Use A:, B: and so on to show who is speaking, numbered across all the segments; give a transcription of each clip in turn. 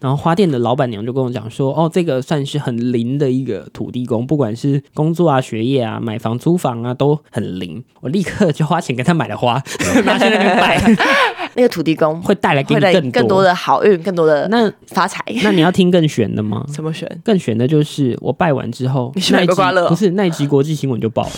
A: 然后花店的老板娘就跟我讲说，哦，这个算是很灵的一个土地公，不管是工作啊、学业啊、买房、租房啊，都很灵。我立刻就花钱给他买了花， 拿去那边摆，
B: 那个土地公
A: 会带来给
B: 会
A: 你
B: 带
A: 更
B: 更多。的好运，更多的
A: 那
B: 发财。
A: 那你要听更玄的 吗？
B: 怎么选？
A: 更玄的就是我拜完之后，
B: 你去
A: 那
B: 买
A: 一
B: 刮
A: 集
B: 刮乐哦啊
A: 不是那一集国际新闻就爆了。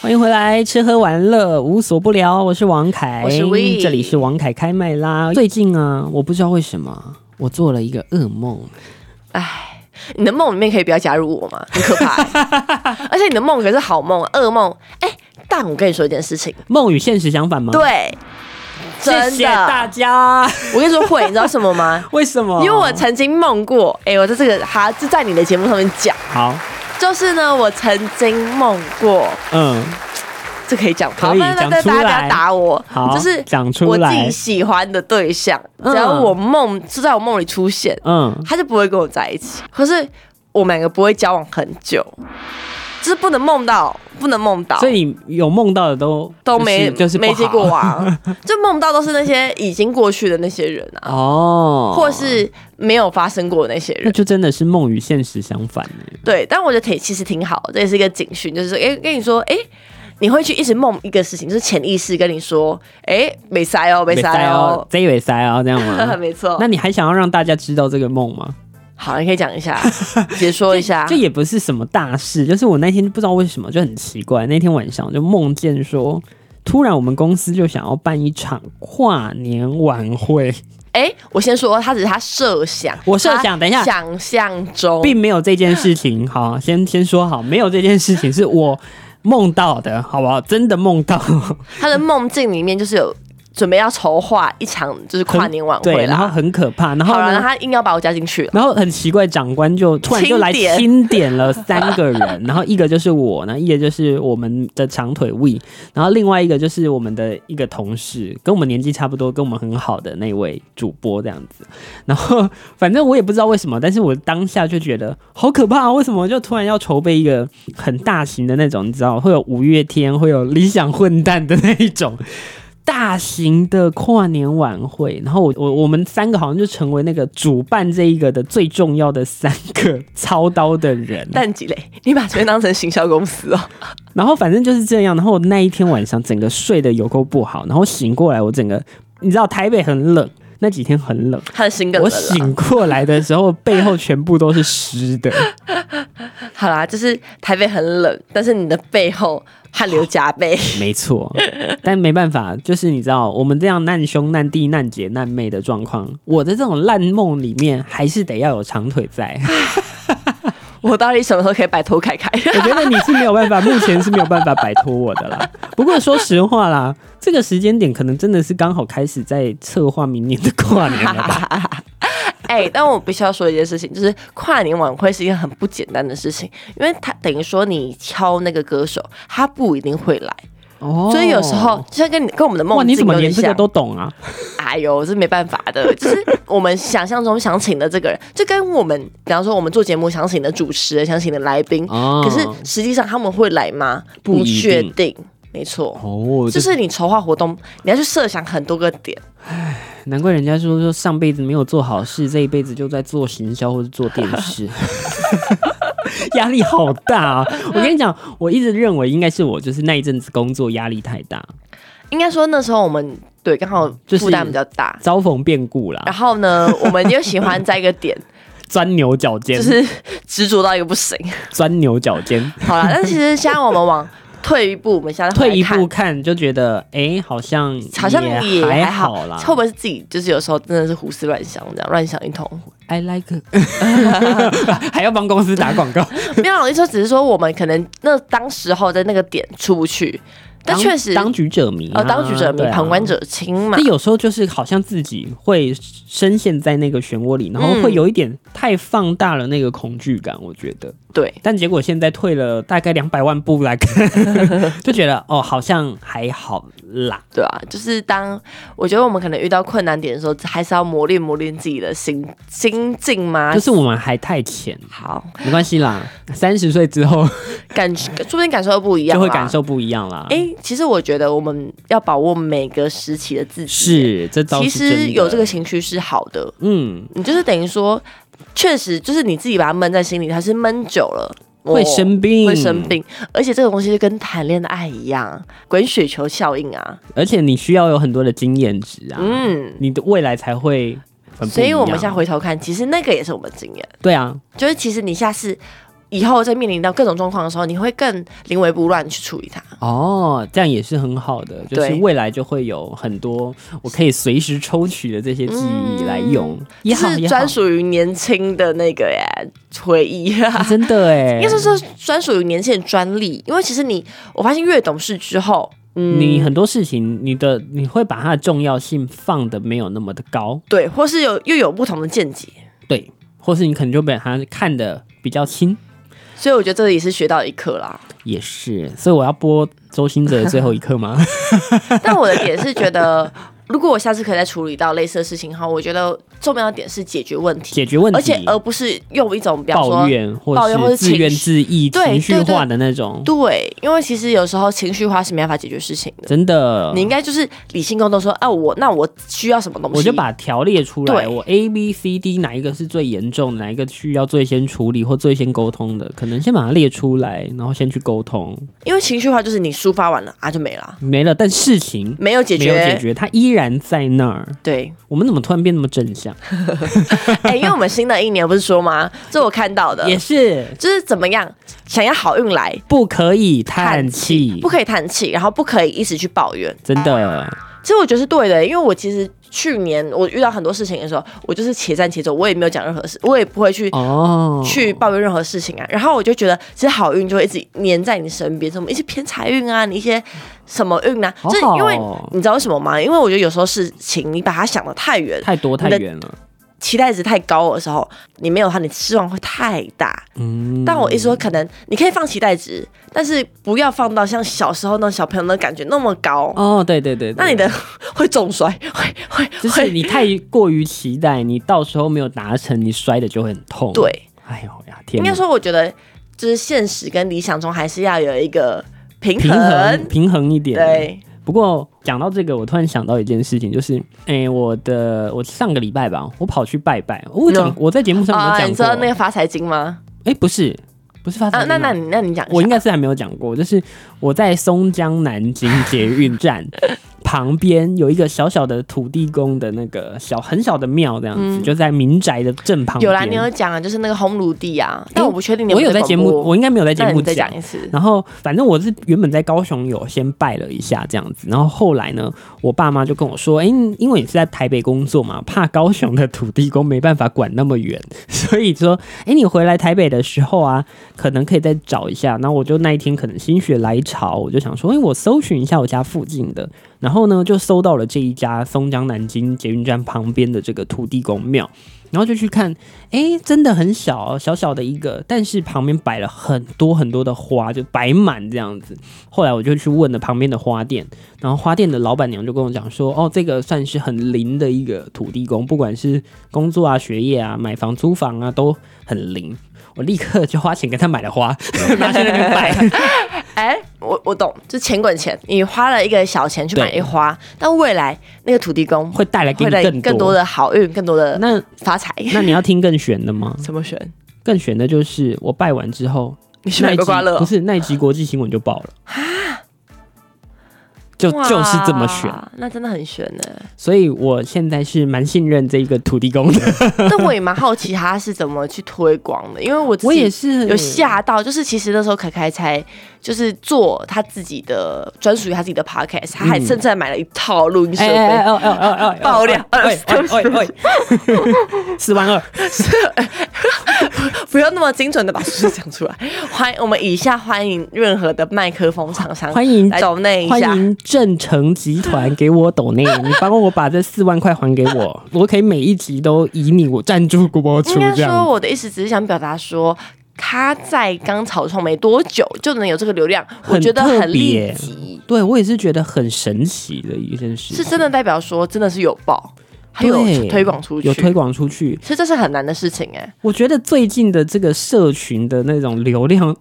A: 欢迎回来，吃喝玩乐无所不聊，我是王凯，
B: 我是 Wee
A: 这里是王凯开麦啦。最近啊，我不知道为什么，我做了一个噩梦。
B: 唉，你的梦里面可以不要加入我吗？很可怕欸、 而且你的梦可是好梦、噩梦。哎、但我跟你说一件事情，
A: 梦与现实相反吗？，
B: 对，真的，
A: 嗯谢谢大哦家。
B: 我跟你说会，你知道什么吗？
A: 为什么？
B: 因为我曾经梦过，哎、我在这个哈就在你的节目上面讲，
A: 好，
B: 就是呢，我曾经梦过，
A: 嗯，
B: 这可以讲吗，
A: 可以
B: 好那那
A: 讲
B: 那
A: 出
B: 大家不
A: 来
B: 要打我，
A: 好，
B: 就是
A: 讲出
B: 我自
A: 来
B: 己，喜欢的对象，
A: 嗯
B: 只要我梦是在我梦里出现，
A: 嗯，
B: 他就不会跟我在一起。可是我们两个不会交往很久，就是不能梦到，不能梦到，
A: 所以你有梦到的都
B: 都没
A: 就是就是不好
B: 没结果 啊，就梦到都是那些已经过去的那些人啊，
A: 哦，
B: 或是没有发生过的那些
A: 那
B: 人。
A: 就真的是梦与现实相反欸
B: 对，但我觉得挺其实挺好，这也是一个警讯，就是哎、跟你说，哎、你会去一直梦一个事情，就是潜意识跟你说，哎、没塞哦，没塞哦，
A: 这尾塞哦，这样 吗？
B: 没错。
A: 那你还想要让大家知道这个梦吗？
B: 好，你可以讲 一下，解说一下。
A: 这也不是什么大事，就是我那天不知道为什么就很奇怪，那天晚上就梦见说，突然我们公司就想要办一场跨年晚会，
B: 哎、我先说，他只是他设想，
A: 我设想
B: 他
A: 等一下
B: 想象中，
A: 并没有这件事
B: 哦
A: 情。好，先先说好，没有这件事情是我梦到的，好不好？真的梦到，
B: 他的梦境里面就是有准备要筹划一场就是跨年晚
A: 对，
B: 会
A: 然后
B: 啦。
A: 很可怕，然后
B: 好了，然
A: 呢
B: 后？他硬要把我加进去了。
A: 然后很奇怪，长官就突然就来
B: 清点
A: 清点了三个人，然后一个就是我，然后一个就是我们的长腿 We，然后另外一个就是我们的一个同事，跟我们年纪差不多，跟我们很好的那位主播这样子。然后反正我也不知道为什么，但是我当下就觉得好可怕、啊，为什么就突然要筹备一个很大型的那种，你知道会有五月天，会有理想混蛋的那一种。大型的跨年晚会，然后我 我我们三个好像就成为那个主办这一个的最重要的三个操刀的人，
B: 但几嘞，你把这边当成行销公司哦。
A: 然后反正就是这样，然后我那一天晚上整个睡得有够不好，然后醒过来我整个你知道台北很冷，那几天很冷，
B: 他的心梗
A: 我
B: 了啦。
A: 醒过来的时候背后全部都是湿的，
B: 好啦，就是台北很冷，但是你的背后汗流浃 背。
A: 没错，但没办法，就是你知道我们这样难兄难弟难姐难妹的状况，我的这种烂梦里面还是得要有长腿在。
B: 我到底什么时候可以摆脱凯凯？
A: 我觉得你是没有办法，目前是没有办法摆脱我的啦。不过说实话啦，这个时间点可能真的是刚好开始在策划明年的跨年了 吧？
B: 哎、但我必须要说一件事情，就是跨年晚会是一个很不简单的事情，因为他等于说你敲那个歌手，他不一定会来，
A: 哦
B: 所以有时候就像跟你跟我们的
A: 哇，
B: 梦
A: 你
B: 境
A: 怎么
B: 有
A: 连
B: 点
A: 这个
B: 像。
A: 都懂啊？
B: 哎呦，这没办法的，就是我们想象中想请的这个人，就跟我们比方说我们做节目想请的主持人、想请的来宾，
A: 哦
B: 可是实际上他们会来吗？
A: 不一定
B: 确定，没错。
A: 哦，
B: 就
A: 就是
B: 是你筹划活动，你要去设想很多个点，
A: 难怪人家说说上辈子没有做好事，这一辈子就在做行销或者做电 视。 压力好大啊！我跟你讲，我一直认为应该是我就是那一阵子工作压力太大，
B: 应该说那时候我们对刚好
A: 就是
B: 负担比较大，
A: 遭逢变故啦
B: 然，后呢，我们又喜欢在一个点，
A: 钻牛角尖，
B: 就是执着到一个不行。
A: 钻牛角 尖。
B: 好啦，但其实现在我们往退一步，我们现在回来
A: 退一
B: 看
A: 步，看，就觉得哎、诶好像
B: 好像也
A: 还
B: 还好
A: 啦。
B: 会不会是自己就是有时候真的是胡思乱想这样乱想一通？
A: I like，还 要帮公司打广告，
B: 没有，我意思说只是说我们可能那当时候在那个点出不去，但
A: 当
B: 确实
A: 当局者迷、啊，
B: 呃，当局者迷
A: 对，啊
B: 旁观。者清嘛
A: 那。有时候就是好像自己会深陷在那个漩涡里，然后
B: 嗯
A: 会有一点太放大了那个恐惧感，我觉得。
B: 对，
A: 但结果现在退了大概两百万步来看， 就觉得哦，好像还好啦。
B: 对啊，就是当我觉得我们可能遇到困难点的时候，还是要磨练磨练自己的心心境嘛。
A: 就是我们还太浅，
B: 好，
A: 没关系啦。三十岁之后
B: 感说不定感受都不一样，啊
A: 就会感。受不一样啦。
B: 哎、其实我觉得我们要把握每个时期的自己，
A: 是，这倒
B: 其
A: 是真
B: 实
A: 的
B: 有这个，情绪是好的，
A: 嗯，
B: 你就是等于说，确实就是你自己把它闷在心里，它是闷久了。
A: 会
B: 哦
A: 生病，
B: 会生，病，而且这个东西就跟谈恋爱一样，滚雪球效应啊。
A: 而且你需要有很多的经验值啊，
B: 嗯，
A: 你的未来才会很不一样。
B: 所以我们现在回头看，其实那个也是我们经验，
A: 对啊，
B: 就是其实你下次以后在面临到各种状况的时候，你会更临危不乱去处理它。
A: 哦，这样也是很好的，就是
B: 对
A: 未来就会有很多我可以随时抽取的这些记忆来用，也好
B: 嗯是
A: 也好
B: 专，属于年轻的那个耶回忆、啊
A: 啊。真的哎
B: 应该，说是专属于年轻人专利，因为其实你，我发现越懂事之后，嗯，
A: 你很多事情你的你会把它的重要性放的没有那么的高，
B: 对，或是有又有不同的见解，
A: 对，或是你可能就把它看的比较轻，
B: 所以我觉得这也是学到一 课啦。
A: 也是，所以我要播周星哲的最后一课 吗？
B: 但我的点是觉得，如果我下次可以再处理到类似的事情哈，我觉得重要的点是解决问题，
A: 解决问题，
B: 而且而不是用一种比方
A: 抱
B: 说
A: 怨
B: 抱怨或
A: 或
B: 是
A: 是自
B: 情
A: 怨
B: 绪
A: 自艾、
B: 对
A: 情绪
B: 对对
A: 化的那种，
B: 对，因为其实有时候情绪化是没办法解决事情的。
A: 真的
B: 你。应该就是理性沟通说，啊，我那我需要什么东西，
A: 我就把条列出来，
B: 对
A: 我 A、B、C、D 哪一个是最严重，哪一个需要最先处理或最先沟通的，可能先把它列出来，然后先去沟通，
B: 因为情绪化就是你抒发完了啊就没了，
A: 没了。但事情
B: 没有解
A: 没
B: 决，
A: 有解决，它依然在那儿。
B: 对，
A: 我们怎么突然变那么正向？
B: 哎、因为我们新的一年不是说吗？这我看到的，
A: 也是
B: 就是怎么样，想要好运来，
A: 不可以叹气
B: 不，可以叹气，然后不可以一直去抱怨。
A: 真的
B: 其实我觉得是对的，因为我其实去年我遇到很多事情的时候，我就是且战且走，我也没有讲任何事，我也不会去、
A: 哦。
B: 去抱怨任何事情啊。然后我就觉得，其实好运就会一直黏在你身边，什么一些偏财运啊，你一些什么运啊，
A: 好
B: 就是因为
A: 好哦
B: 你知道为什么吗？因为我觉得有时候事情你把它想的太远，
A: 太多太
B: 你的
A: 远了，
B: 期待值太高的时候，你没有它，你失望会太大。
A: 嗯，
B: 但我一说，可能你可以放期待值，但是不要放到像小时候那种小朋友的感觉那么高。
A: 哦，对对对对
B: 那你的会重摔，会会
A: 就是
B: 会
A: 你太过于期待，你到时候没有达成，你摔的就会很痛。，
B: 对。
A: 哎呦呀，天
B: 应
A: 哪！
B: 该说，我觉得就是现实跟理想中还是要有一个平衡。
A: 平衡平衡一点。，
B: 对，
A: 不过讲到这个，我突然想到一件事情，就是，哎、我的我上个礼拜吧，我跑去拜拜，我讲、
B: 嗯
A: 我在节目上有没
B: 啊，
A: 有
B: 你
A: 讲过，
B: 知道
A: 哎、
B: 那个发财经吗？
A: 不是不是发财
B: 啊，
A: 经吗、
B: 那那你那你讲一下，
A: 我应该是还没有讲过，就是我在松江南京捷运站 旁边有一个小小的土地公的那个小很小的庙，这样子、就在民宅的正旁边。
B: 嗯有啦，你有讲啊，就是那个红炉地啊，但我不确定你
A: 我有
B: 没
A: 在节目，
B: 广播
A: 我应该没有在节
B: 那
A: 目
B: 你再
A: 讲
B: 讲。一次。
A: 然后反正我是原本在高雄有先拜了一下这样子，然后后来呢，我爸妈就跟我说，哎，因为你是在台北工作嘛，怕高雄的土地公没办法管那么远，所以说，哎，你回来台北的时候啊，可能可以再找一下。然后我就那一天可能心血来潮，我就想说，哎，我搜寻一下我家附近的，然后呢就搜到了这一家松江南京捷运站旁边的这个土地公庙。然后就去看，哎，真的很小，小小的一个，但是旁边摆了很多很多的花，就摆满这样子。后来我就去问了旁边的花店，然后花店的老板娘就跟我讲说，哦，这个算是很灵的一个土地公，不管是工作啊、学业啊、买房、租房啊，都很灵。我立刻就花钱给他买了花， 拿去那边摆。
B: 哎、我我懂，就钱滚钱，你花了一个小钱去买一花，但未来那个土地公
A: 会带来给
B: 会
A: 你
B: 带
A: 更多
B: 更多的好运，更多的
A: 那
B: 发财。
A: 那你要听更玄的 吗？
B: 怎么选？
A: 更玄的就是我拜完之后，
B: 你去买刮刮乐
A: 不
B: 哦？
A: 是那一集国际新闻就爆了就就是这么选，
B: 哇，那真的很选呢。
A: 所以我现在是蛮信任这一个土地公的。
B: 但我也蛮好奇他是怎么去推广的，因为我自己
A: 我也是
B: 有吓到，就是其实那时候凯凯才就是做他自己的专属于他自己的 podcast，他
A: 嗯
B: 还甚至还买了一套录音设
A: 哎哎哎
B: 备。
A: 哦哦哦哦，
B: 爆料
A: 哎哎哎哎，四万二，
B: 不要那么精准的把数字讲出来。 欢我们以下欢迎任何的麦克风厂商
A: 欢迎
B: 来抖那一
A: 欢
B: 下。
A: 迎正成集团给我抖内，你帮我把这四万块还给 我，我可以每一集都以你我赞助播出
B: 应该
A: 这
B: 说，
A: 样。
B: 我的意思只是想表达说，他在刚草创没多久就能有这个流量，我
A: 很
B: 觉得
A: 特
B: 很立
A: 别
B: 即，
A: 对我也是觉得很神奇的一件事，
B: 是真的代表说真的是有爆，还有
A: 对
B: 推广出去，
A: 有推广出去。
B: 其实这是很难的事情哎、
A: 我觉得最近的这个社群的那种流 量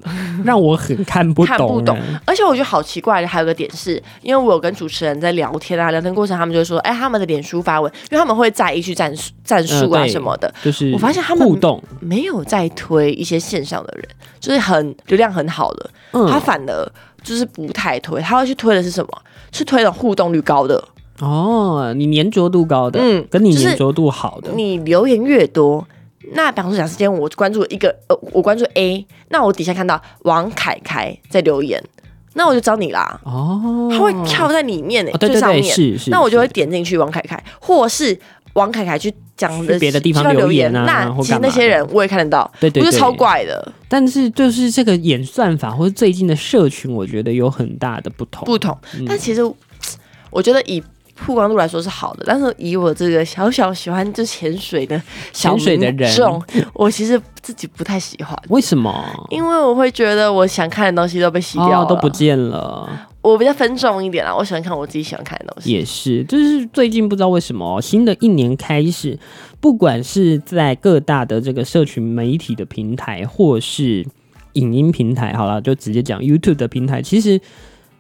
A: 让我很看不
B: 看
A: 懂、
B: 不懂
A: 哎。
B: 而且我觉得好奇怪的还有个点是，因为我有跟主持人在聊天啊，聊天过程他们就会说，哎、他们的脸书发文，因为他们会在意去战术、战术
A: 嗯
B: 啊
A: 对
B: 什么的，
A: 就是
B: 我发现他们
A: 互动，
B: 没有在推一些线上的人，就是很流量很好的，
A: 嗯
B: 他反而就是不太推，他会去推的是什么？是推那种互动率高的，
A: 哦，你粘着度高的，
B: 嗯
A: 跟你
B: 就是
A: 粘着度好的，
B: 你留言越多。那比方说，假设今天我关注一个，呃，我关注 A，那我底下看到王凯凯在留言，那我就找你啦。
A: 哦，
B: 他会跳在里面呢、欸
A: 哦，对
B: 嗯最
A: 对
B: 上
A: 对，
B: 面。
A: 是是，
B: 那我就会
A: 是
B: 点进去王凯凯，或是王凯凯去讲
A: 去别的地方
B: 去留
A: 留言啊
B: 那
A: 或
B: 其实
A: 干嘛
B: 那些
A: 的
B: 人我也看得到，
A: 对对
B: 我觉得
A: 对
B: 超怪的
A: 但是就是这个演算法或者最近的社群，我觉得有很大的不同。
B: 不同。但其实我觉得以曝光度来说是好的，但是以我这个小小喜欢就潜水的小
A: 潜水的
B: 民
A: 人嗯
B: 众， 我其实自己不太喜欢。
A: 为什么？
B: 因为我会觉得我想看的东西都被洗掉了，
A: 哦，都不见了，
B: 我比较分众一点啦，我喜欢看我自己喜欢看的东西。
A: 也是，就是最近不知道为什么、哦，新的一年开始，不管是在各大的这个社群媒体的平台，或是影音平台，好了，就直接讲 YouTube 的平台，其实。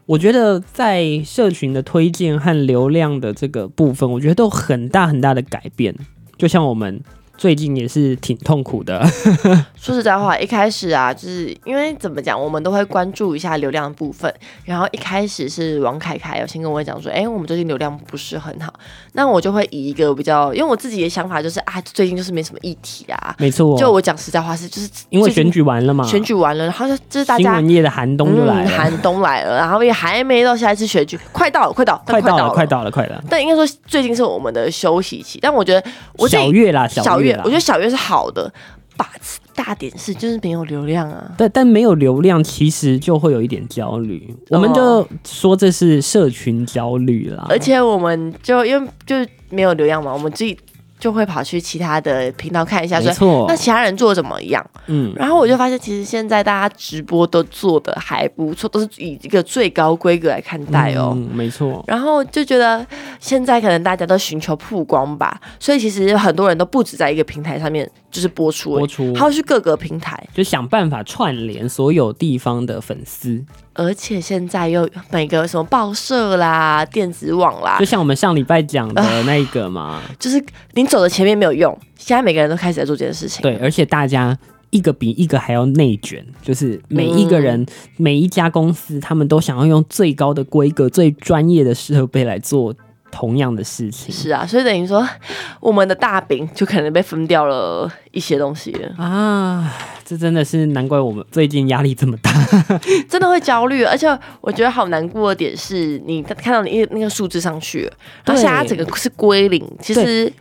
A: 我觉得在社群的推荐和流量的这个部分，我觉得都有很大很大的改变。就像我们最近也是挺痛苦的，
B: 说实在话，一开始啊，就是因为怎么讲，我们都会关注一下流量的部分。然后一开始是王凯凯有先跟我讲说，哎、我们最近流量不是很好，那我就会以一个比较，因为我自己的想法就是啊，最近就是没什么议题啊。
A: 没错，
B: 就我讲实在话是，就是
A: 因为
B: 最近
A: 选举完了嘛，
B: 选举完了，然后就就是大
A: 新
B: 家
A: 闻业的寒冬就来
B: 嗯
A: 了，
B: 寒冬来了，然后也还没到下一次选举，快到了，快到，但
A: 快到
B: 到
A: 了，快。到了，快到了。
B: 但应该说最近是我们的休息期，但我觉得我自己
A: 小月啦，哎
B: 小
A: 月
B: 月
A: 啦，，
B: 我觉得小月是好的，把大点是就是没有流量啊。
A: 但但没有流量，其实就会有一点焦虑。我们就
B: 哦
A: 说这是社群焦虑啦，
B: 而且我们就因为就是没有流量嘛，我们自己就会跑去其他的频道看一下
A: 没
B: 说，
A: 错
B: 那，其他人做得怎么样？
A: 嗯，
B: 然后我就发现，其实现在大家直播都做的还不错，都是以一个最高规格来看待哦。
A: 嗯，没错，
B: 然后就觉得现在可能大家都寻求曝光吧，所以其实很多人都不止在一个平台上面就是播出而已，
A: 播出
B: 还要去各个平台，
A: 就想办法串联所有地方的粉丝，
B: 而且现在又每个什么报社啦、电子网啦
A: 就，像我们上礼拜讲的那一个 嘛，
B: 就是你走的前面没有用，现在每个人都开始在做这件事情。
A: 对，而且大家。一个比一个还要内卷，就是每一个
B: 嗯
A: 人、每一家公司，他们都想要用最高的规格、最专业的设备来做同样的事情。
B: 是啊，所以等于说，我们的大饼就可能被分掉了一些东西了，
A: 啊，这真的是难怪我们最近压力这么大。
B: 真的会焦虑。而且我觉得好难过的点是，你看到你那个数字上去了，然
A: 对
B: 后现在它整个是归零，其实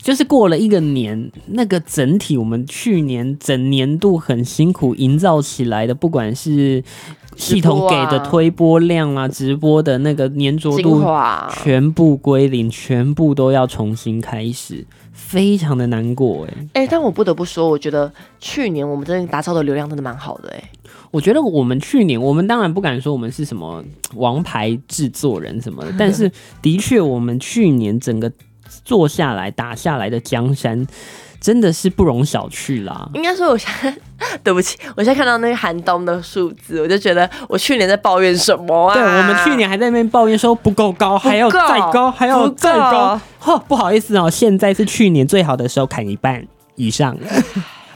A: 就是过了一个年，那个整体我们去年整年度很辛苦营造起来的，不管是系统给的推播量啊、直播的那个粘着
B: 精
A: 度，啊
B: 华
A: 全部归零，全部都要重新开始，非常的难过哎、
B: 哎、但我不得不说，我觉得去年我们真的打造的流量真的蛮好的哎、
A: 我觉得我们去年，我们当然不敢说我们是什么王牌制作人什么 的，但是的确，我们去年整个做下来、打下来的江山，真的是不容小觑啦。
B: 应该说，我现在 对不起，我现在看到那个寒冬的数字，我就觉得我去年在抱怨什么啊？
A: 对，我们去年还在那边抱怨说不够高，还要再高，还要再高。哦，不好意思哦，现在是去年最好的时候，砍一半以上，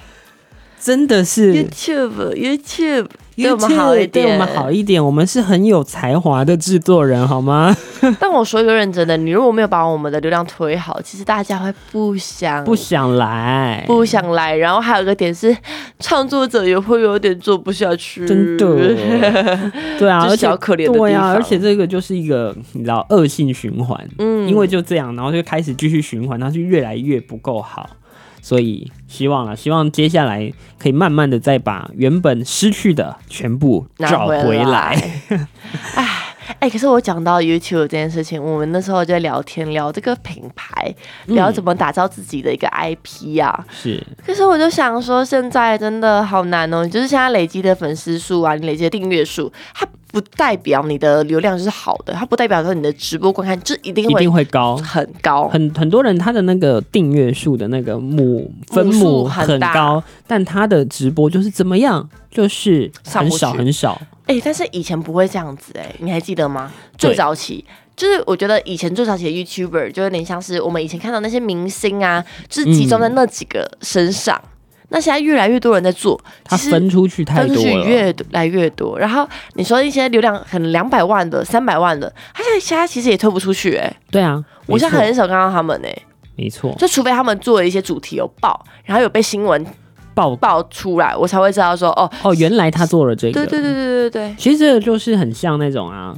A: 真的是
B: YouTube YouTube 对我
A: YouTube
B: 们好一点，
A: 对我们好一点，我们是很有才华的制作人，好吗？
B: 但我说一个认真的，你如果没有把我们的流量推好，其实大家会不想
A: 不想来，
B: 不想来。然后还有一个点是，创作者也会有点做不下去，
A: 真 的，对啊，
B: 这
A: 而
B: 是
A: 且
B: 小可怜的地方
A: 对啊，而且这个就是一个你知道恶性循环，
B: 嗯
A: 因为就这样，然后就开始继续循环，然后就越来越不够好。所以希望了，希望接下来可以慢慢的再把原本失去的全部找
B: 拿回
A: 来。
B: 来。哎哎，可是我讲到 YouTube 这件事情，我们那时候就在聊天，聊这个品牌，
A: 嗯
B: 聊怎么打造自己的一个 IP 啊。
A: 是，
B: 可是我就想说，现在真的好难哦。你就是现在累积的粉丝数啊，你累积的订阅数，它不代表你的流量是好的，它不代表说你的直播观看就一定
A: 一
B: 会
A: 定会高。
B: 很高。
A: 很很多人他的那个订阅数的那个母分
B: 母数
A: 母
B: 很
A: 很
B: 大
A: 高，但他的直播就是怎么样，就是
B: 上
A: 很
B: 不
A: 少
B: 去
A: 很少。
B: 哎、但是以前不会这样子哎、你还记得吗？
A: 对
B: 最早期就是我觉得以前最早期的 YouTuber 就有点像是我们以前看到那些明星啊，就是集中
A: 嗯
B: 在那几个身上。那现在越来越多人在做，
A: 它
B: 其实
A: 分出去太
B: 分
A: 多
B: 出去
A: 了，
B: 越来越多。然后你说一些流量很两百万的、三百万的，他现在现在其实也推不出去哎、
A: 对啊，
B: 我现在
A: 没错
B: 很少看到他们哎、
A: 没错
B: 就除非他们做了一些主题有爆，然后有被新闻
A: 爆
B: 爆出来，我才会知道说哦，
A: 哦，原来他做了这个，
B: 对对对对对对，
A: 其实这个就是很像那种啊，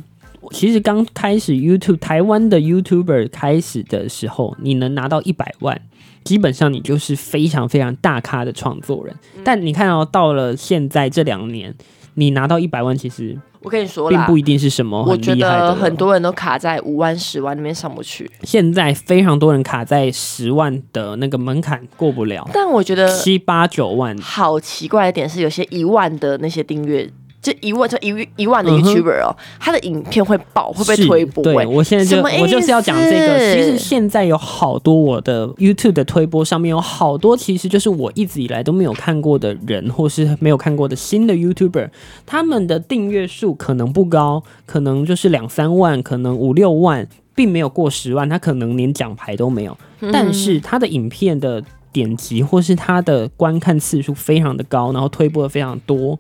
A: 其实刚开始 YouTube 台湾的 YouTuber 开始的时候，你能拿到一百万，基本上你就是非常非常大咖的创作人。
B: 嗯
A: 但你看哦，到了现在这两年，你拿到一百万，其实
B: 我跟你说
A: 并
B: 啦，
A: 不一定是什么
B: 我
A: 哦很
B: 觉
A: 厉害的
B: 得
A: 了。
B: 很多人都卡在五万、十万那边上不去，
A: 现在非常多人卡在十万的那个门槛过不了，
B: 但我觉得
A: 七八九万
B: 好奇怪的点是，有些一万的那些订阅，就一万就一一万的
A: 嗯哼
B: YouTuber 哦，他的影片会爆，会被
A: 是
B: 推播、
A: 对
B: 欸。
A: 我现在就
B: 什么意思
A: 我就是要讲这个。其实现在有好多我的 YouTube 的推播上面有好多，其实就是我一直以来都没有看过的人，或是没有看过的新的 YouTuber，他们的订阅数可能不高，可能就是两三万，可能五六万，并没有过十万，他可能连奖牌都没有，
B: 嗯
A: 但是他的影片的。点击或是他的观看次数非常的高，然后推播的非常多，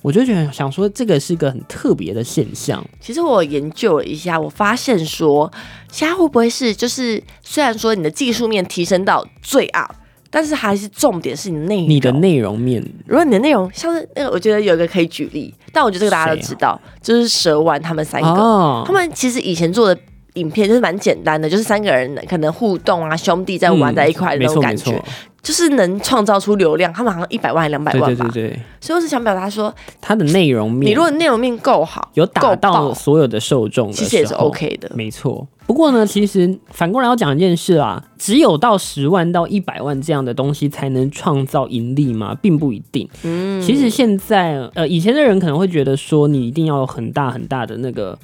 A: 我就觉得想说这个是个很特别的现象。
B: 其实我研究了一下，我发现说，现在会不会是就是虽然说你的技术面提升到最 up，但是还是重点是你内容
A: 你的内容面
B: 如果你的内容像是那个，我觉得有一个可以举例，但我觉得这个大家都
A: 谁啊
B: 知道，就是蛇丸他们三个。
A: 哦
B: 他们其实以前做的影片就是蛮简单的，就是三个人可能互动啊，兄弟在玩在一块的那种感
A: 嗯
B: 觉，
A: 没错没错
B: 就是能创造出流量。他们好像一百万、两百
A: 对
B: 万吧。
A: 对对对，
B: 所以我是想表达说，
A: 它的内容面，
B: 你如果内容面够好，
A: 有打
B: 够
A: 到
B: 爆，
A: 所有的受众的时
B: 其
A: 候，
B: 实也是 OK 的。
A: 没错。不过呢，其实反过来要讲一件事啊，只有到十万到一百万这样的东西才能创造盈利吗？并不一定。
B: 嗯，
A: 其实现在，呃，以前的人可能会觉得说，你一定要有很大很大的那个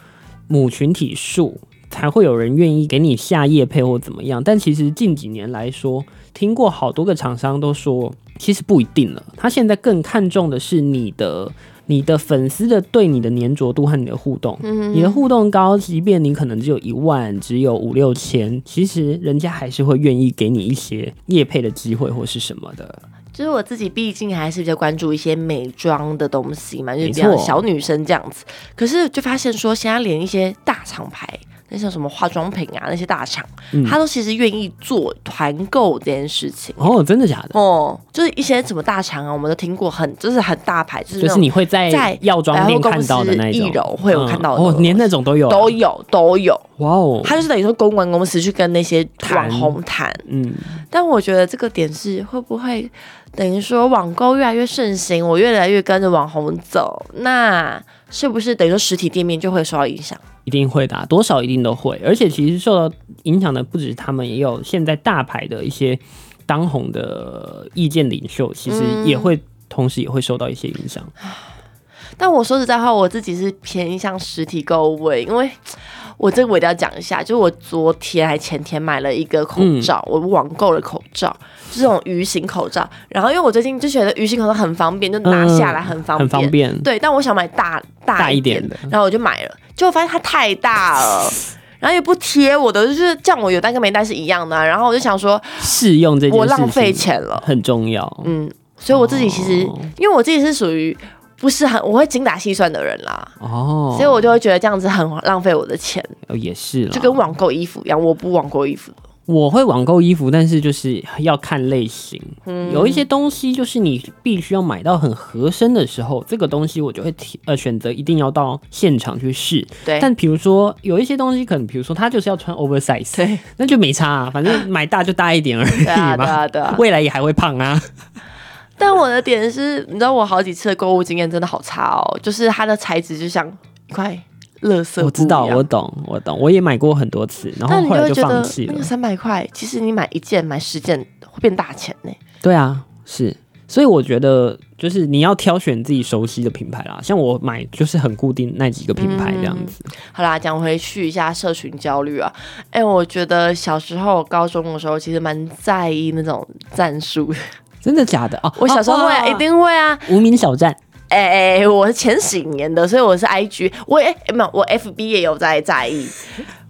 A: 母群体数，才会有人愿意给你下业配或怎么样。但其实近几年来说，听过好多个厂商都说，其实不一定了。他现在更看重的是你的。你的粉丝的对你的粘着度和你的互动，
B: 嗯
A: 你的互动高，即便你可能只有一万，只有五六千，其实人家还是会愿意给你一些业配的机会或是什么的。
B: 就是我自己，毕竟还是比较关注一些美妆的东西嘛，就是
A: 没
B: 比
A: 错
B: 较小女生这样子。可是就发现说，现在连一些大厂牌，那像什么化妆品啊那些大厂，
A: 嗯
B: 他都其实愿意做团购这件事情。
A: 哦，真的假的？
B: 哦，就是一些什么大厂啊，我们都听过很，就是很大牌，就
A: 就
B: 是那
A: 是
B: 种
A: 你会在
B: 在
A: 药妆店看到的那一
B: 百货公司
A: 种，
B: 一楼会有看到的
A: 嗯哦，连那种都有啊，
B: 都有都有，
A: 哇哦，
B: 他就是等于说公关公司去跟那些
A: 谈
B: 网红谈。
A: 嗯，
B: 但我觉得这个点是会不会等于说网购越来越盛行，我越来越跟着网红走，那是不是等于说实体店面就会受到影响？
A: 一定会的啊，多少一定都会。而且其实受到影响的不止他们，也有现在大牌的一些当红的意见领袖，其实
B: 嗯
A: 也会、同时也会受到一些影响。
B: 但我说实在话，我自己是偏向实体购物欸，因为我这个我一定要讲一下，就是我昨天还前天买了一个口
A: 嗯
B: 罩，我网购了口罩，就是这种鱼形口罩。然后因为我最近就觉得鱼形口罩很方便，就拿下来很方
A: 嗯很
B: 便，
A: 方便，
B: 对，但我想买大大
A: 大一
B: 点
A: 点的
B: 然后我就买了，结果发现它太大了。然后也不贴我的，就是这样，我有带跟没带是一样的啊、然后我就想说，
A: 试用这件事情
B: 我浪费钱了，
A: 很重要。
B: 嗯，所以我自己其实，
A: 哦
B: 因为我自己是属于不是很我会精打细算的人啦，
A: 哦，
B: 所以我就会觉得这样子很浪费我的钱，
A: 哦也是了，
B: 就跟网购衣服一样，我不网购衣服。
A: 我会网购衣服，但是就是要看类型，
B: 嗯
A: 有一些东西就是你必须要买到很合身的时候，这个东西我就会提呃选择一定要到现场去试。
B: 对
A: 但比如说有一些东西，可能比如说它就是要穿 oversize，
B: 对
A: 那就没差、啊，反 正买大就大一点而已
B: 对啊对
A: 嘛。
B: 啊对啊。
A: 未来也还会胖啊，
B: 但我的点是，你知道我好几次的购物经验真的好差哦，就是它的材质就像一块垃圾
A: 我知道，
B: 布一样
A: 我懂，我懂，我也买过很多次，然后
B: 但你
A: 后来
B: 会
A: 就
B: 觉
A: 放
B: 得
A: 弃
B: 那
A: 了
B: 个。三百块，其实你买一件买十件会变大钱呢、
A: 对啊，是，所以我觉得就是你要挑选自己熟悉的品牌啦，像我买就是很固定那几个品牌这样子。
B: 好啦，讲回去一下社群焦虑啊。哎、我觉得小时候、高中的时候，其实蛮在意那种战术的。
A: 真的假的？哦，
B: 我小时候会、啊，
A: 哦
B: 一定会啊。
A: 无名小站，
B: 哎、哎、我是前几年的，所以我是 IG，我也、哎没有，我 FB 也有在 在意。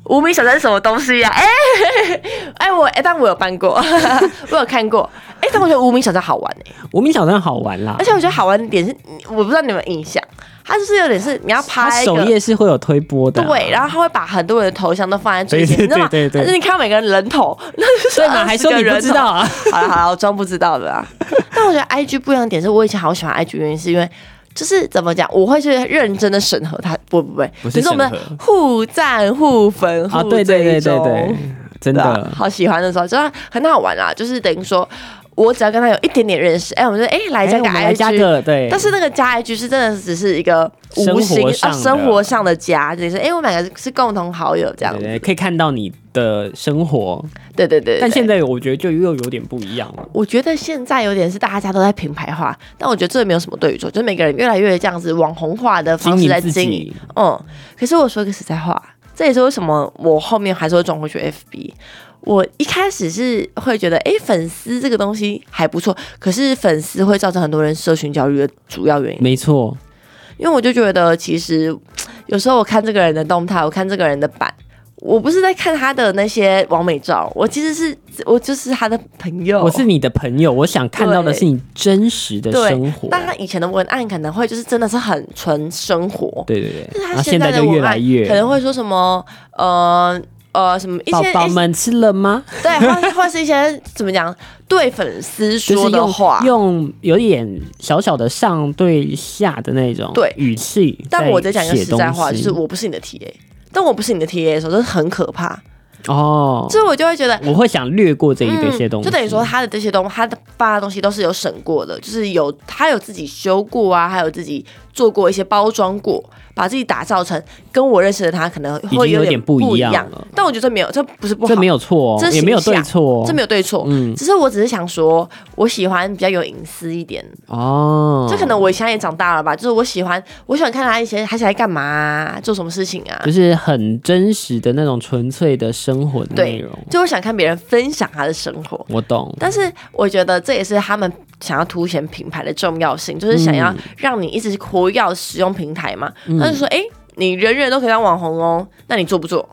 B: 无名小站是什么东西呀、啊？哎、 哎、我哎、但我有办过， 我有看过。哎、但我觉得无名小站好玩哎、
A: 无名小站好玩啦
B: 而。且我觉得好玩的点是，你我不知道你们有没有印象，它就是有点是你要
A: 它
B: 拍一
A: 首
B: 个
A: 页是会有推播的啊、
B: 对，然后他会把很多人的头像都放在最前，
A: 对
B: 你知道吗？
A: 对对对
B: 但是你看每个人人头，那就是
A: 对嘛？还说
B: 20个
A: 你
B: 人
A: 不
B: 头
A: 知道？啊？
B: 好了好了，我装不知道的啊啦。 但我觉得 I G 不一样的点是我以前好喜欢 I G，原因是因为就是怎么讲，我会去认真的审核它，不不不，
A: 不是
B: 就是我们
A: 审核
B: 互赞互粉互
A: 啊，对对对对
B: 追踪
A: 对，真
B: 哦对啊
A: 的。
B: 好喜欢的时候，真的很好玩啦。就是等于说我只要跟他有一点点认识，哎，我们就哎来加
A: 哎
B: 个
A: 我们
B: I
A: 来加
B: G。
A: 个对，
B: 但是那个加 IG 是真的只是一个无
A: 生
B: 形
A: 活
B: 啊
A: 上的
B: 生活上的加，就是哎、诶我们两个是共同好友这样
A: 对
B: 子。
A: 对可以看到你的生活，
B: 对对对对
A: 但现
B: 在
A: 在我觉得就又有点不一样了。
B: 我觉得现在有点是大家都在品牌化，但我觉得这没有什么对与错，就是每个人越来越这样子网红化的方
A: 经
B: 式
A: 营
B: 哦在
A: 自
B: 经营。
A: 己，
B: 嗯，可是我说个实在话，这也是为什么我后面还是会转回去 FB。我一开始是会觉得，哎、粉丝这个东西还不错，可是粉丝会造成很多人社群焦虑的主要原因。
A: 没错，
B: 因为我就觉得，其实有时候我看这个人的动态，我看这个人的版，我不是在看他的那些完美照，我其实是我就是他的朋友。
A: 我是你的朋友，我想看到的是你真实的
B: 对
A: 生活。
B: 但他以前的文案可能会就是真的是很纯生活，
A: 对对对，
B: 但是
A: 然
B: 他
A: 后
B: 现
A: 现在
B: 在的
A: 就越
B: 文
A: 来
B: 案
A: 越
B: 可能会说什么呃呃什么一
A: 宝
B: 些
A: 宝
B: 一些
A: 们吃了吗？
B: 对，或 或是一些怎么讲对粉丝
A: 就是
B: 说的
A: 用
B: 话。
A: 用有点小小的上对下的那种
B: 对
A: 语气。
B: 但我在讲一个
A: 写
B: 实在话，
A: 东
B: 就
A: 西
B: 是我不是你的 TA，但我不是你的 TA 的时候，这很可怕。
A: 哦，
B: 所以我就会觉得，
A: 我会想略过这一这些东西，
B: 嗯就等于说他的这些东他的发的东西都是有审过的，就是有他有自己修过啊，还有自己做过一些包装过，把自己打造成跟我认识的他可能
A: 已经
B: 会
A: 有
B: 点
A: 点不
B: 一
A: 一样了。
B: 但我觉得这没有，这不是不好，
A: 这没有错、
B: 这
A: 哦，
B: 是
A: 也没有对
B: 形
A: 错、哦，
B: 这没有对错。
A: 嗯
B: 只是我只是想说，我喜欢比较有隐私一点，
A: 哦，
B: 这可能我现在也长大了吧，就是我喜欢，我喜欢看他以前他起来干嘛、啊，做什么事情啊，
A: 就是很真实的那种纯粹的生活的内
B: 对
A: 容。
B: 就我想看别人分享他的生活。
A: 我懂，
B: 但是我觉得这也是他们想要凸显品牌的重要性，就是想
A: 嗯
B: 要让你一直活跃使用平台嘛。他就说，哎、你人人都可以当网红哦，那你做不做？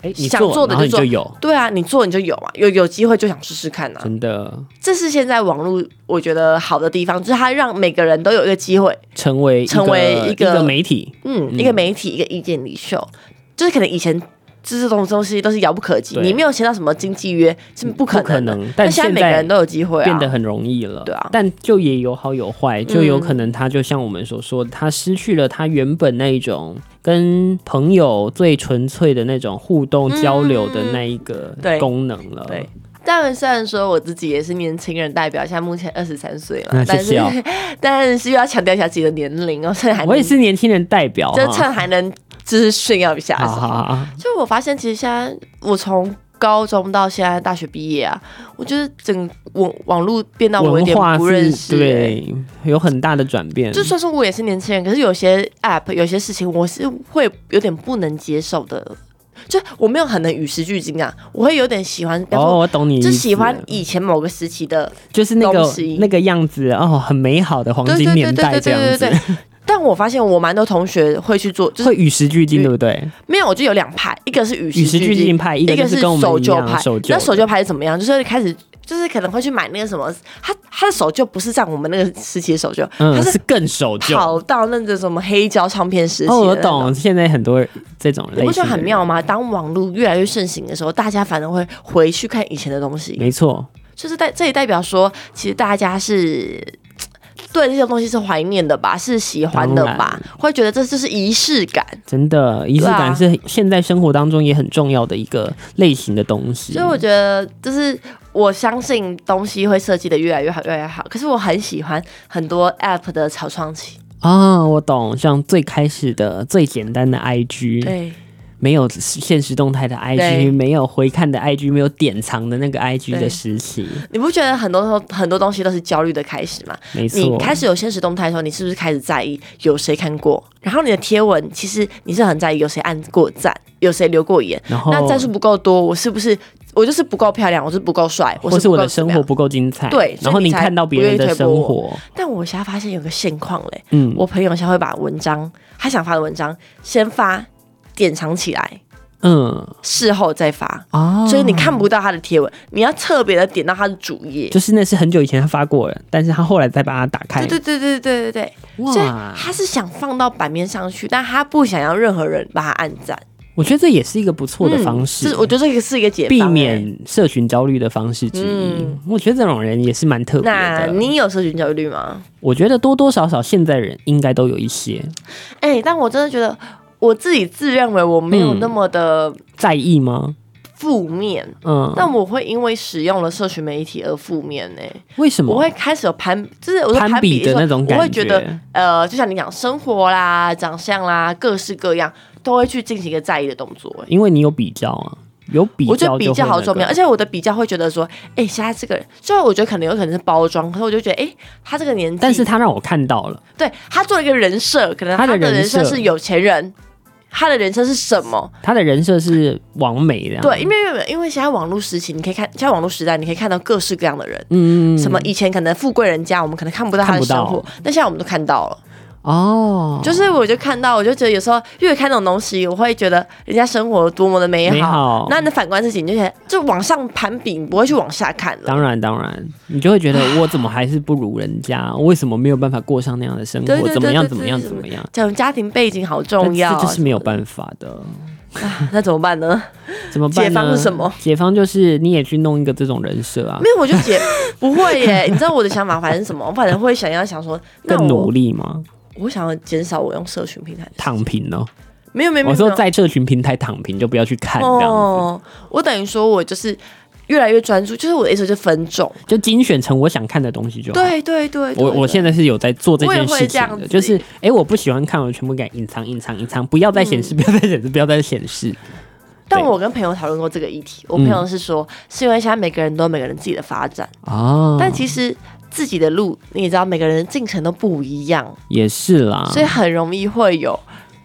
A: 哎，你
B: 想
A: 做，
B: 做的
A: 然后
B: 就
A: 你
B: 做
A: 就有，
B: 对啊，你做你就有啊，有有机会就想试试看啊。
A: 真的
B: 这是现在网络我觉得好的地方，就是它让每个人都有一个机会，
A: 成为一个
B: 成为一
A: 一
B: 个
A: 个媒体，
B: 嗯，一个媒体，一个意见领袖，就是可能以前。这种东西都是遥不可及，
A: 对
B: 你没有签到什么经济约是不可能
A: 不可
B: 的。
A: 能，
B: 但
A: 但
B: 现在
A: 现
B: 每个
A: 在
B: 人都有机会啊，
A: 变得很容易了，
B: 对啊嗯
A: 但就也有好有坏，就有可能他就像我们所说，他失去了他原本那一种跟朋友最纯粹的那种互动交流的那一个
B: 嗯对
A: 功能了。
B: 对但虽然说我自己也是年轻人代表，现在目前二十三岁
A: 那
B: 了，
A: 谢
B: 但是
A: 谢哦
B: 但是又要强调一下自己的年龄哦，趁还能
A: 我也，是年轻人代表哈，
B: 就趁还能就是炫耀一下
A: 好。好好好，
B: 就我发现，其实现在我从高中到现在大学毕业啊，我觉得整网网络变到我有
A: 文
B: 点
A: 化
B: 不
A: 是
B: 认识、欸。
A: 对，有很大的转变。
B: 就算是我也是年轻人，可是有些 app 有些事情我是会有点不能接受的，就我没有很能与时俱进啊，我会有点喜欢，比方
A: 哦，
B: 说
A: 我懂你意思
B: 就
A: 了，
B: 喜欢以前某个时期的
A: 就是那个
B: 东西
A: 那个样子哦，很美好的黄
B: 对
A: 金
B: 对
A: 年
B: 对
A: 代
B: 对对
A: 这样
B: 对对
A: 子，
B: 对。但我发现我蛮多同学会去做，就是
A: 会与时俱进，对不对？
B: 没有，我就有两派，一个是与
A: 与时
B: 俱
A: 俱进，派，一
B: 一
A: 个
B: 个
A: 就是跟我们
B: 守
A: 一
B: 旧
A: 样
B: 派。
A: 守旧
B: 那
A: 的，
B: 守旧派是怎么样？就是开始就是可能会去买那个什么，他他的手就不是像我们那个时期的手就，
A: 嗯，
B: 他是
A: 是更守旧。
B: 好到那个什么黑胶唱片时期的
A: 哦，我
B: 那种
A: 懂，现在很多这种类
B: 你
A: 型，
B: 不觉得很妙？吗？当网络越来越盛行的时候，大家反而会回去看以前的东西，
A: 没错，
B: 就是代这也代表说，其实大家是嘖对这些东西是怀念的吧，是喜欢的吧，会觉得这就是仪式感。
A: 真的仪式
B: 对啊
A: 感是现在生活当中也很重要的一个类型的东西。
B: 所以我觉得，就是我相信东西会设计的越来越好，越来越好。可是我很喜欢很多 App 的草创期，
A: 啊、我懂，像最开始的最简单的 IG，
B: 对
A: 没有现实动态的
B: 对
A: IG，没有回看的 IG，没有典藏的那个 IG
B: 对
A: 的时期，
B: 你不觉得很多时候很多东西都是焦虑的开始吗？
A: 没
B: 你
A: 错，
B: 开始有现实动态的时候，你是不是开始在意有谁看过？然后你的贴文其实你是很在意有谁按过赞，有谁留过言。
A: 然后
B: 那赞数不够多，我是不是我就是不够漂亮，我就是不够帅，
A: 或是
B: 不
A: 我
B: 够
A: 的
B: 怎
A: 生
B: 么
A: 活
B: 样？
A: 不够精彩，
B: 对所以
A: 然后
B: 你
A: 你
B: 才
A: 看到别人的生
B: 不
A: 活，
B: 但我现在发现有个现况嘞，
A: 嗯，
B: 我朋友现在会把文章他想发的文章先发典藏起来，
A: 嗯
B: 事后再发。
A: 啊，
B: 所以你看不到他的贴文，你要特别的点到他的主页。
A: 就是那是很久以前他发过了，但是他后来再把它打开，
B: 对对对对对对对，所以
A: 哇，
B: 他是想放到版面上去，但他不想要任何人把他按赞。
A: 我觉得这也是一个不错的方式，
B: 嗯这我觉得这个是一个解方、
A: 避
B: 欸
A: 免社群焦虑的方式之一。
B: 嗯
A: 我觉得这种人也是蛮特别
B: 那
A: 的。
B: 你有社群焦虑吗？
A: 我觉得多多少少现在人应该都有一些
B: 哎、但我真的觉得我自己自认为我没有
A: 嗯
B: 那么的
A: 在意吗？
B: 负面，
A: 嗯，
B: 但我会因为使用了社群媒体而负面呢、
A: 为什
B: 我
A: 么
B: 会开始有攀，就是我说
A: 攀比的
B: 说
A: 那种感
B: 我会觉得
A: 觉？
B: 呃，就像你讲生活啦、长相啦，各式各样都会去进行一个在意的动作、欸。
A: 因为你有比较啊，有比
B: 我觉
A: 较
B: 得比
A: 就
B: 较
A: 会
B: 好
A: 那
B: 重要，
A: 个
B: 而且我的比较会觉得说，哎、现在这个人，虽然我觉得可能有可能是包装，可是我就觉得，哎、他这个年纪，
A: 但是他让我看到了，
B: 对他做了一个人设，可能
A: 他的
B: 的人
A: 人
B: 设
A: 设
B: 是有钱人，他的人设是什么？
A: 他的人设是完美的，
B: 对，因为因为因为现在网络时期，你可以看现在网络时代，你可以看到各式各样的人，
A: 嗯，嗯嗯
B: 什么以前可能富贵人家，我们可能看不到他
A: 看
B: 的
A: 不
B: 生
A: 到
B: 活，那现在我们都看到了。
A: 哦，
B: 就是我就看到，我就觉得有时候越看这种东西，我会觉得人家生活多么的美好。
A: 美好
B: 那你反观自己，你就觉得就往上攀比，你不会去往下看了。
A: 当然，当然，你就会觉得我怎么还是不如人家？为什么没有办法过上那样的生
B: 对对
A: 活？
B: 对
A: 怎么样？
B: 对
A: 怎么
B: 对
A: 样？
B: 对
A: 怎么样？
B: 讲家庭背景好
A: 但
B: 重要，啊
A: 这就是没有办法的，
B: 那怎么办呢？
A: 怎么办呢？
B: 解放是什么？
A: 解放就是你也去弄一个这种人设啊
B: 没，有，我就解不 会耶。你知道我的想法反正是什么？我反正会想要想说，那
A: 更努
B: 我
A: 力吗？
B: 我想要减少我用社群平台。
A: 躺平哦，
B: 没有没有，
A: 我
B: 没有
A: 说在社群平台躺平，就不要去看
B: 没
A: 这
B: 有
A: 样
B: 哦，我等于说我就是越来越专注，就是我的意思就是分众。
A: 子，就精选成我想看的东西就好。
B: 对对对
A: 我我现在是有在做这件
B: 我也会
A: 事
B: 这
A: 情
B: 样子
A: 的，就是哎、诶我不喜欢看，我全部给它隐藏、隐藏、隐藏，不要再显示，不要再显示，不要再显示。
B: 但我跟朋友讨论过这个议题，我朋友是说，是因为现在每个人都有每个人自己的发展，
A: 哦，
B: 但其实自己的路，你也知道，每个人的进程都不一样，
A: 也是啦，
B: 所以很容易会有，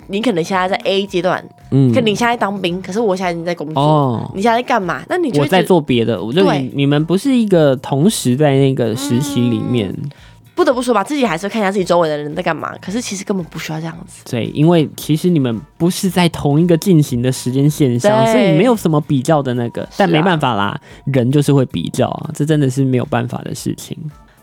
B: 你可能现在在 A 阶段，
A: 嗯
B: 可你现在当兵，可是我现在已经在工作，
A: 哦，
B: 你现在在干嘛？那你就
A: 我
B: 会
A: 在
B: 觉得，
A: 做别的，我就
B: 对
A: 你你们不是一个同时在那个时期里面，
B: 嗯不得不说吧，自己还是会看一下自己周围的人在干嘛，可是其实根本不需要这样子。
A: 对，因为其实你们不是在同一个进行的时间线上，
B: 对
A: 所以没有什么比较的那个，但
B: 是啊
A: 没办法啦，人就是会比较啊，这真的是没有办法的事情，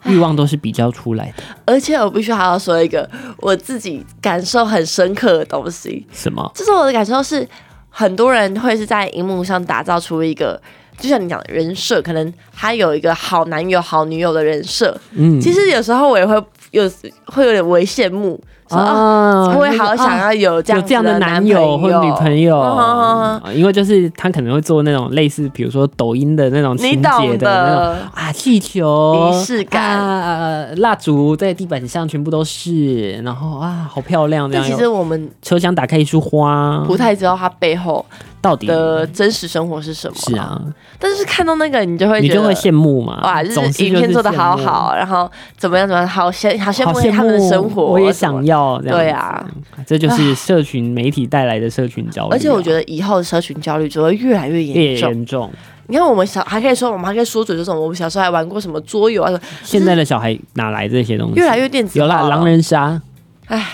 A: 欲望都是比较出来的，
B: 而且我必须还要说一个我自己感受很深刻的东西，
A: 什么？
B: 就是我的感受是，很多人会是在荧幕上打造出一个，就像你讲的人设，可能他有一个好男友、好女友的人设。
A: 嗯，
B: 其实有时候我也会有会有点微羡慕，说啊，
A: 啊
B: 我也好想要有这
A: 有
B: 样
A: 这样
B: 的
A: 的男
B: 朋
A: 友或女朋友，
B: 嗯哼哼
A: 啊因为就是他可能会做那种类似，比如说抖音的那种
B: 你
A: 情节
B: 懂
A: 的那种
B: 的。
A: 啊，气球
B: 仪式感
A: 啊，蜡烛在地板上全部都是，然后啊，好漂亮这
B: 但
A: 样。
B: 其实我们
A: 车厢打开一束花，
B: 不太知道他背后
A: 到底
B: 的真实生活是什么。
A: 嗯是，啊，
B: 但是看到那个，你就会
A: 你
B: 觉得
A: 就会羡慕嘛？
B: 哦哇，就
A: 总
B: 是
A: 是
B: 影片
A: 就是
B: 做的好
A: 羡慕，
B: 好，然后怎么样怎么样，好羡好羡
A: 好
B: 慕
A: 羡
B: 他们的生活。
A: 我也想。要这样。
B: 对，啊，
A: 这就是社群媒体带来的社群焦虑啊，
B: 而且我觉
A: 得
B: 得以后的社群焦虑只会越来越严
A: 也
B: 重。
A: 严重。
B: 你看，我们小还可以说，我们还可以说嘴这种，我们小时候还玩过什么桌游啊，什么
A: 现在的小孩哪来这些东西？
B: 越来越电子
A: 嗯有啦，
B: 化了
A: 狼人杀，
B: 唉，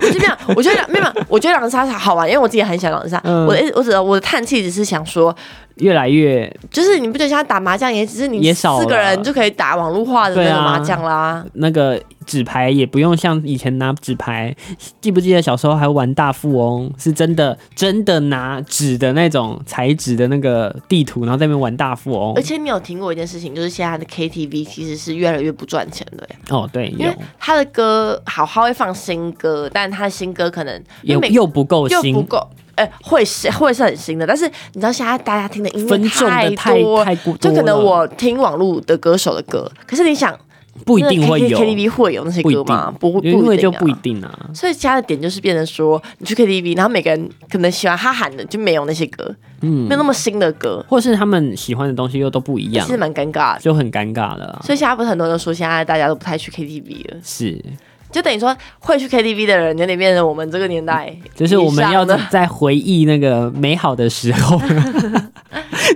B: 我就没有，我觉得没有，没有我觉得狼人杀好玩，因为我自己也很喜欢狼人杀。
A: 嗯
B: 我的意思我只我的叹气只是想说，
A: 越来越
B: 就是你不觉得现在打麻将也只是你
A: 也少了啊
B: 四个人就可以打网络化的那
A: 对
B: 个
A: 啊
B: 麻将啦？
A: 那个纸牌也不用像以前拿纸牌，记不记得小时候还玩大富翁？是真的真的拿纸的那种材质的那个地图，然后在那边玩大富翁
B: 而。且你有听过一件事情，就是现在的 KTV 其实是越来越不赚钱的耶，
A: 哦，对，
B: 因
A: 有
B: 为他的歌好好会放新歌，但他的新歌可能因
A: 又
B: 为每
A: 又不够
B: 又不
A: 新，
B: 够，哎、会是会是很新的，但是你知道现在大家听的音乐
A: 分众的太
B: 多，
A: 太过
B: 就
A: 多
B: 可
A: 了
B: 能我听网络的歌手的歌，可是你想
A: 不一定会有，
B: K T V 会有那些
A: 不一
B: 歌吗？不会，
A: 因
B: 不一
A: 为
B: 定
A: 就
B: 啊
A: 不一定啊。
B: 所以加的点就是变成说，你去 KTV，然后每个人可能喜欢他喊的就没有那些歌，
A: 嗯
B: 没有那么新的歌，
A: 或是他们喜欢的东西又都不一样
B: 其实，蛮尴尬的。
A: 就很尴尬了啦。
B: 所以现在不是很多人说，现在大家都不太去 KTV 了，
A: 是，
B: 就等于说会去 KTV 的人有点变成我们这个年代，
A: 就是我们要
B: 的。
A: 在回忆那个美好的时 候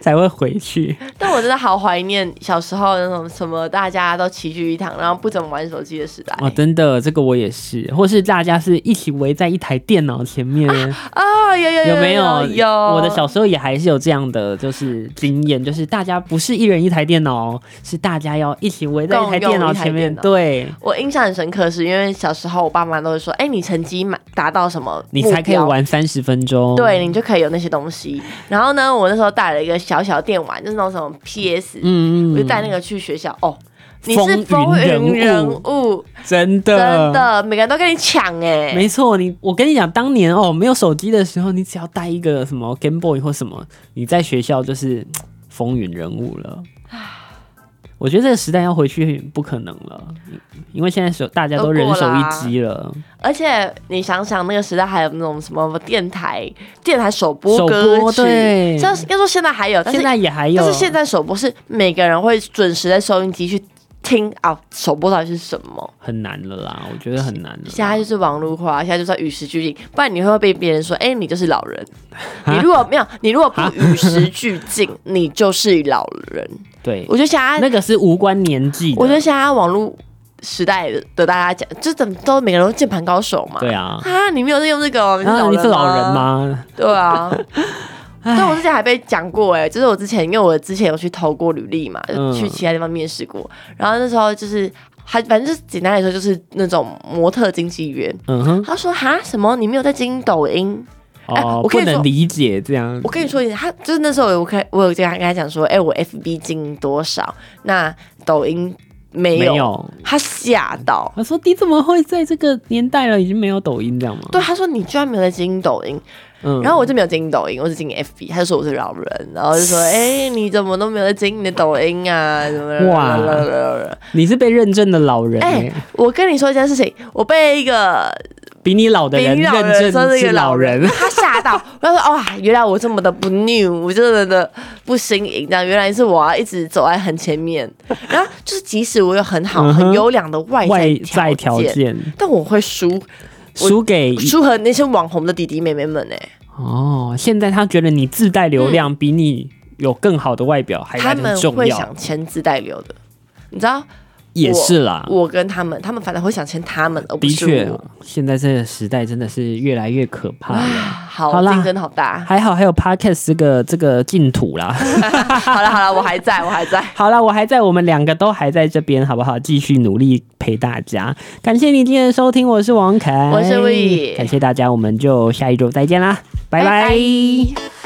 A: 才会回去。
B: 但我真的好怀念小时候那种什么大家都齐聚一堂，然后不怎么玩手机的时代。
A: 哦，真的，这个我也是，或是大家是一起围在一台电脑前面，
B: 啊，有有
A: 有没
B: 有
A: 有？
B: 有，
A: 我的小时候也还是有这样的，就是经验，就是大家不是一人一台电脑哦，是大家要一起围在一台
B: 共用
A: 电脑
B: 一台
A: 前面
B: 电。脑
A: 对，
B: 我印象很深刻，是因为小时候我爸妈都会说，哎、你成绩满达到什么，
A: 你才可以。玩三十分钟。
B: 对，你就可以有那些东西。然后呢，我那时候带了一个小小电玩，就是那种什么 PS，、
A: 嗯，嗯
B: 我就
A: 嗯，
B: 带那个去学校。哦，你
A: 风
B: 是
A: 云
B: 风
A: 人
B: 云
A: 物啊
B: 人物，
A: 真
B: 真
A: 的。
B: 的，每个人都跟你抢哎、
A: 没错，你我跟你讲，当年哦没有手机的时候，你只要带一个什么 Game Boy 或什么，你在学校就是嘖风云人物了。我觉得这个时代要回去不可能了，因为现在手大家都人手一机了，
B: 而且你想想，那个时代还有那种什么电台、电台首播
A: 首
B: 歌
A: 播
B: 曲，
A: 对
B: 这应该说现在还有，但是
A: 现在也还有。
B: 但是现在首播是每个人会准时在收音机去听啊，首播到底是什么？
A: 很难了啦，我觉得很难了。
B: 现在就是啊网络化，现在就是要与时俱进，不然你会被别人说，哎、你就是老人。你如果没有，你如果不与时俱进， 你就是老人。
A: 对，
B: 我觉得现在，
A: 那个是无关年纪的。
B: 我觉得现在网络时代的大家讲，就怎么都每个人都键盘高手嘛。
A: 对啊，
B: 啊，你没有在用这个、哦，你是
A: 啊
B: 老
A: 你
B: 人
A: 是老人？吗？
B: 对啊。对，我之前还被讲过哎、就是我之前因为我之前有去投过履历嘛，
A: 嗯
B: 去其他地方面试过，然后那时候就是还反正就是简单来说就是那种模特经纪人，
A: 嗯哼，
B: 他说哈什么你没有在经营抖音？哎
A: 哦，
B: 我可
A: 不
B: 以说
A: 能理解这样
B: 我。跟你说一下，他就是那时候我有跟我有这样跟他讲说，哎、我 FB 经营多少，那抖音没有，
A: 没有，
B: 他吓到。
A: 我说你怎么会在这个年代了已经没有抖音这样吗？
B: 对，他说你居然没有在经营抖音，
A: 嗯
B: 然后我就没有经营抖音，我只经营 FB，他就说我是老人，然后就说，哎、你怎么都没有在经营你的抖音啊？什么
A: 哇
B: 哇！
A: 你是被认证的老人、
B: 哎
A: 欸，
B: 我跟你说一件事情，我被一个
A: 比你老的人
B: 冰老人
A: 认
B: 说
A: 证
B: 是一个
A: 是
B: 老
A: 老
B: 人，
A: 人，
B: 他吓到，我就说哇，原来我这么的不 new，我真的的不新颖，这样原来是我要一直走在很前面，然后就是即使我有很好、
A: 嗯哼
B: 很优良的外
A: 外
B: 在
A: 在
B: 条
A: 条
B: 件，
A: 件
B: 但我会输，我
A: 输给
B: 输和那些网红的弟弟妹妹们哎、
A: 哦。现在他觉得你自带流量比你有更好的外表还
B: 嗯他
A: 来
B: 们
A: 的重
B: 会
A: 要，
B: 想签自带流的，你知道？
A: 也是啦。
B: 我跟他们，他们反正会想签他们，而不
A: 的
B: 是
A: 确
B: 我。，
A: 现在这个时代真的是越来越可怕了。
B: 好，
A: 好啦
B: 竞争好大。
A: 还好还有 podcast 这个这个净土啦。
B: 好了好了，我还在，我还在。
A: 好了，我还在，我们两个都还在这边，好不好？继续努力陪大家。感谢你今天的收听，我是王凯，
B: 我是魏
A: 感谢大家，我们就下一周再见啦，拜拜。
B: 拜